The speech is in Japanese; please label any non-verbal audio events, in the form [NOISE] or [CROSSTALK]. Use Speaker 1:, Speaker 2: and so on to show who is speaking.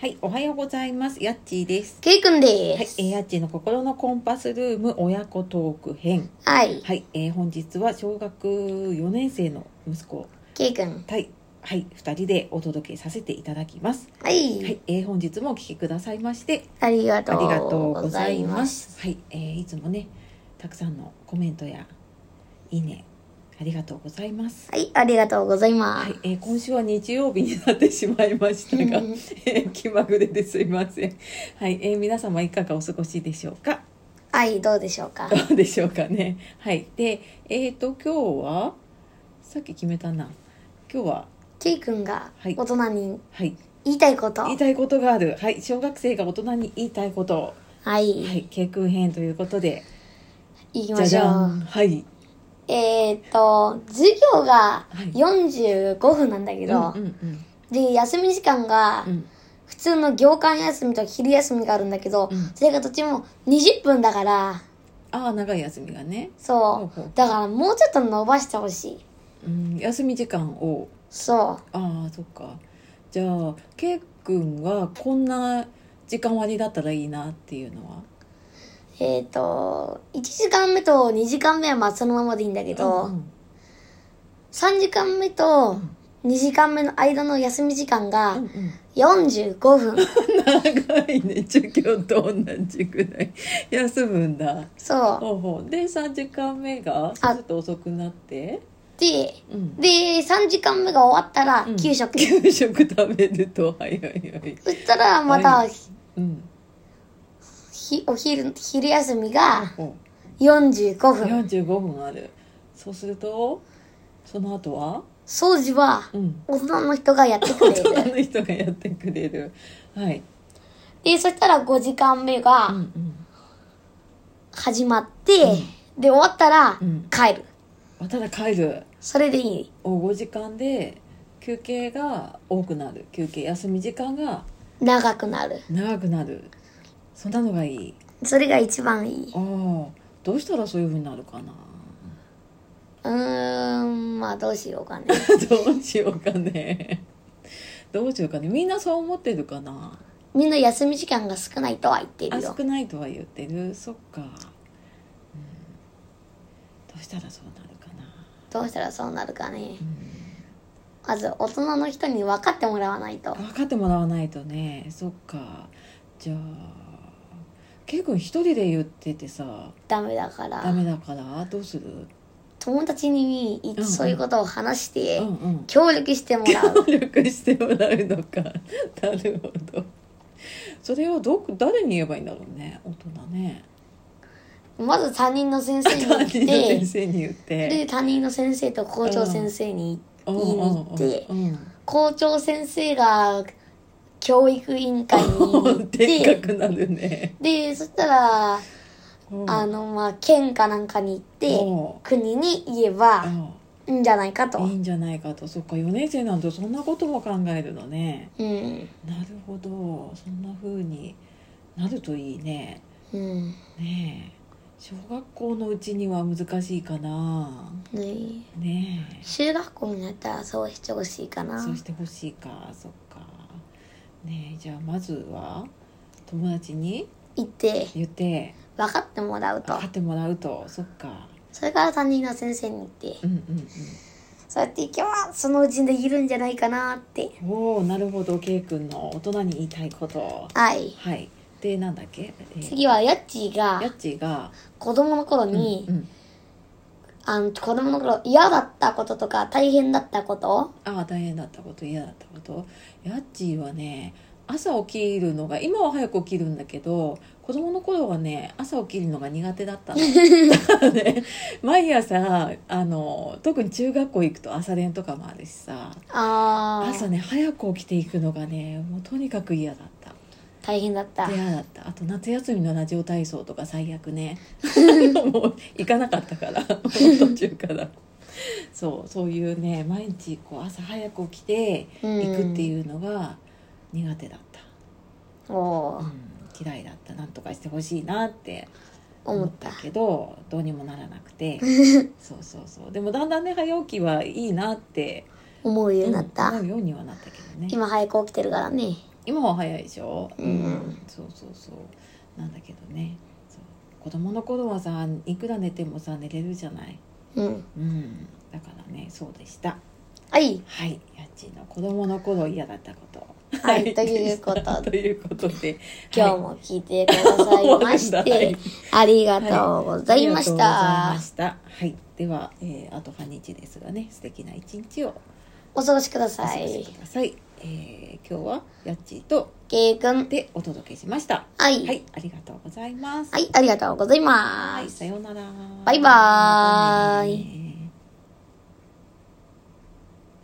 Speaker 1: はい、おはようございます。やっちーです。
Speaker 2: ケイくん
Speaker 1: は
Speaker 2: で
Speaker 1: い、
Speaker 2: す
Speaker 1: え。ーやっちーの心のコンパスルーム親子トーク編。
Speaker 2: はい。
Speaker 1: はい、えー本日は小学4年生の息子、
Speaker 2: ケイくん。
Speaker 1: 対、はい、2人でお届けさせていただきます。
Speaker 2: は。
Speaker 1: はいい、えー本日もお聞きくださいまして、
Speaker 2: ありがと
Speaker 1: ありがと
Speaker 2: う
Speaker 1: う
Speaker 2: ご
Speaker 1: ご
Speaker 2: ざ
Speaker 1: ざ
Speaker 2: い
Speaker 1: い
Speaker 2: ま。
Speaker 1: ますす。はい、えーいつもね、たくさんのコメントや、いいね、ありがとうございます。
Speaker 2: はい。ありがとうございま
Speaker 1: は
Speaker 2: す
Speaker 1: い。、えー今週は日曜日になってしまいました
Speaker 2: [LAUGHS]
Speaker 1: が、えー [LAUGHS] 気まぐれですいません。はい、えー皆様いかがお過ごしでしょうか。 [LAUGHS]
Speaker 2: はい。どうでしょうか。
Speaker 1: どうでしょうかね。はい、で、えっ、と、今日は。さっき決めたな。今日は、
Speaker 2: ケイくんが
Speaker 1: はい
Speaker 2: 大人に
Speaker 1: はい、
Speaker 2: 言いたいこと。
Speaker 1: 言いたいことがある。はい、小学生が大人に言いたいこと。
Speaker 2: はい。
Speaker 1: はい、経空編ということで。
Speaker 2: 行き
Speaker 1: じ
Speaker 2: ま
Speaker 1: ゃ
Speaker 2: し
Speaker 1: じ
Speaker 2: ょ
Speaker 1: ゃ
Speaker 2: う。
Speaker 1: ん。はい。
Speaker 2: えーっと、授業が
Speaker 1: はい
Speaker 2: 45分なんだけど
Speaker 1: うん、、うん、
Speaker 2: で、休み時間が
Speaker 1: うん、うん。
Speaker 2: 普通の業間休みと昼休みがあるんだけど
Speaker 1: うん、
Speaker 2: それがどっちも20分だから、
Speaker 1: ああ、長い休みがね。ほう
Speaker 2: そ
Speaker 1: ほう
Speaker 2: う。だからもうちょっと伸ばしてほしい。
Speaker 1: うん、休み時間を。
Speaker 2: そう。
Speaker 1: ああ、そっか。じゃあ、けいくんはこんな時間割だったらいいなっていうのは。
Speaker 2: えっ、と、1時間目と2時間目はまあそのままでいいんだけど、
Speaker 1: うん
Speaker 2: 3時間目と2時間目の間の休み時間
Speaker 1: う
Speaker 2: が
Speaker 1: んうん
Speaker 2: 45分。
Speaker 1: 長いね授業と同じぐらい [LAUGHS] 休むんだ [LAUGHS]
Speaker 2: そう。
Speaker 1: ほうほうで3時間目がちょ
Speaker 2: あ
Speaker 1: っと遅くなって、
Speaker 2: で、
Speaker 1: うん、
Speaker 2: で、3時間目が終わったら
Speaker 1: うん
Speaker 2: 給食。
Speaker 1: 給食食べると早い早い、
Speaker 2: そしたらま
Speaker 1: は
Speaker 2: た
Speaker 1: いうん、
Speaker 2: ひ、お昼、昼休みが
Speaker 1: ほ
Speaker 2: 45
Speaker 1: う
Speaker 2: 分。
Speaker 1: 45分あるそうするとその後は
Speaker 2: 掃除は
Speaker 1: うん
Speaker 2: 大人の人がやってくれ
Speaker 1: 大人 [LAUGHS]
Speaker 2: る。
Speaker 1: の人がやってくれるはい、
Speaker 2: で、そしたら5時間
Speaker 1: う
Speaker 2: 目
Speaker 1: んう
Speaker 2: が
Speaker 1: ん、
Speaker 2: 始まって、で、終わったら
Speaker 1: うん
Speaker 2: 帰る。
Speaker 1: まただ帰る
Speaker 2: それでいい。
Speaker 1: お5時間で休憩が多くなる休憩休み時間が
Speaker 2: 長くなる。
Speaker 1: 長くなるそんなのがいい
Speaker 2: それが一番いい。
Speaker 1: ああどうしたらそういうふうになるかな [LAUGHS]
Speaker 2: うーん、まあどうしようかね。 [LAUGHS]
Speaker 1: どうしようかねどうしようかねみんなそう思ってるかな
Speaker 2: みんな休み時間が少ないとは言って
Speaker 1: あ
Speaker 2: るよ
Speaker 1: 少。ないとは言ってるそっか、うん、どうしたらそうなるかな、
Speaker 2: どうしたらそうなるかね
Speaker 1: う。ん
Speaker 2: まず大人の人に分かってもらわないと。
Speaker 1: 分かってもらわないとねそっかじゃあケイ君一人で言っててさ
Speaker 2: ダメだか
Speaker 1: ダ
Speaker 2: ら。
Speaker 1: メだからどうする
Speaker 2: 友達にい
Speaker 1: うんうん
Speaker 2: そういうことを話し
Speaker 1: う
Speaker 2: て
Speaker 1: ん、うん
Speaker 2: 協力してもら
Speaker 1: [LAUGHS]
Speaker 2: う。
Speaker 1: 協力してもらうのかなるほどそれをどこ誰に言えばいいんだろうね大人ね
Speaker 2: まず担任の先生に
Speaker 1: 担
Speaker 2: 行っ
Speaker 1: 任の先
Speaker 2: て、
Speaker 1: 生に言って
Speaker 2: で、担任の先生と校長先生に、
Speaker 1: うん
Speaker 2: 言いに行って
Speaker 1: うんうん
Speaker 2: 校長先生が教育委員会に
Speaker 1: う
Speaker 2: 行っ、
Speaker 1: ん [LAUGHS] でってかくなるね
Speaker 2: で、そしたら、
Speaker 1: うん
Speaker 2: あの、まあ、県かなんかに行って
Speaker 1: うん、
Speaker 2: 国に言えば、
Speaker 1: う
Speaker 2: いいんじゃないかと。
Speaker 1: んいいんじゃないかとそっか4年生なんてそんなことも考えるのね
Speaker 2: うん。
Speaker 1: なるほどそんな風になるといいね
Speaker 2: うん。ね
Speaker 1: ねえ小学校のうちには難しいかな
Speaker 2: え
Speaker 1: ねえ
Speaker 2: 中学校になったらそうしてほしいかな。
Speaker 1: そうしてほしいかそっかねえじゃあまずは友達に
Speaker 2: 行って、
Speaker 1: 言って
Speaker 2: 分かってもらうと
Speaker 1: 買。ってもらうとそっか
Speaker 2: それから担任の先生に行って、
Speaker 1: うんうん
Speaker 2: そうやって行けば、そのうちできるんじゃないかなって。
Speaker 1: うんおおなるほど K 君の大人に言いたいこと
Speaker 2: はい。
Speaker 1: はいでなんだっけ、えー
Speaker 2: 次は、やっちー
Speaker 1: や
Speaker 2: が、
Speaker 1: っちーが、
Speaker 2: 子供の頃に、
Speaker 1: うんうん
Speaker 2: あの、子供の頃、嫌だったこととか、大変だったこと
Speaker 1: ああ大変だったこと嫌だったことやっちーはね朝起きるのが今は早く起きるんだけど子供の頃はね朝起きるのが苦手だ
Speaker 2: [LAUGHS]
Speaker 1: ったのだからね毎朝あの特に中学校行くと朝練とかもあるしさ
Speaker 2: あ
Speaker 1: 朝
Speaker 2: ー、
Speaker 1: ね早く起きていくのがねもうとにかく嫌だった
Speaker 2: 大変だった。
Speaker 1: 嫌だったあと夏休みのラジオ体操とか最悪
Speaker 2: [LAUGHS]
Speaker 1: ねもう行かなかったからもう途中からそうそういうね毎日こう朝早く起きて行くって
Speaker 2: う
Speaker 1: いうのが苦手だった、
Speaker 2: ん。おー
Speaker 1: うん嫌いだったなんとかしてほしいなって
Speaker 2: 思
Speaker 1: 思
Speaker 2: っ
Speaker 1: ったた。けどどうにもならなく
Speaker 2: [LAUGHS]
Speaker 1: てそうそうそうでもだんだんね早起きはいいなって
Speaker 2: 思うようになった。
Speaker 1: うん思うようにはなったけどね
Speaker 2: 今早く起きてるからね。
Speaker 1: 今は早いでしょ、
Speaker 2: うん
Speaker 1: そうそうそうなんだけどねそう子供の頃はさいくら寝てもさ寝れるじゃない、
Speaker 2: うん。
Speaker 1: うん、だからねそうでした
Speaker 2: はい。
Speaker 1: はいやっちーの子供の頃嫌だったこと
Speaker 2: はい
Speaker 1: でした
Speaker 2: ということで
Speaker 1: [LAUGHS] ということで
Speaker 2: 今日も聞いてくださいまし
Speaker 1: 終わるん
Speaker 2: て、 [LAUGHS] ありがとうございまし
Speaker 1: あ
Speaker 2: た
Speaker 1: りがとうございま。したはいでは、えーあと半日ですがね素敵な一日を
Speaker 2: お過ごしくだ
Speaker 1: お過
Speaker 2: さ
Speaker 1: ごし
Speaker 2: い。
Speaker 1: ください、えー今日はやっちーと
Speaker 2: けいくん。
Speaker 1: でお届けしました
Speaker 2: はい。
Speaker 1: は
Speaker 2: はい。
Speaker 1: いありがとうございます
Speaker 2: ありがとうござい
Speaker 1: は
Speaker 2: ま
Speaker 1: い
Speaker 2: す。
Speaker 1: さようなら
Speaker 2: バイバーイ
Speaker 1: またね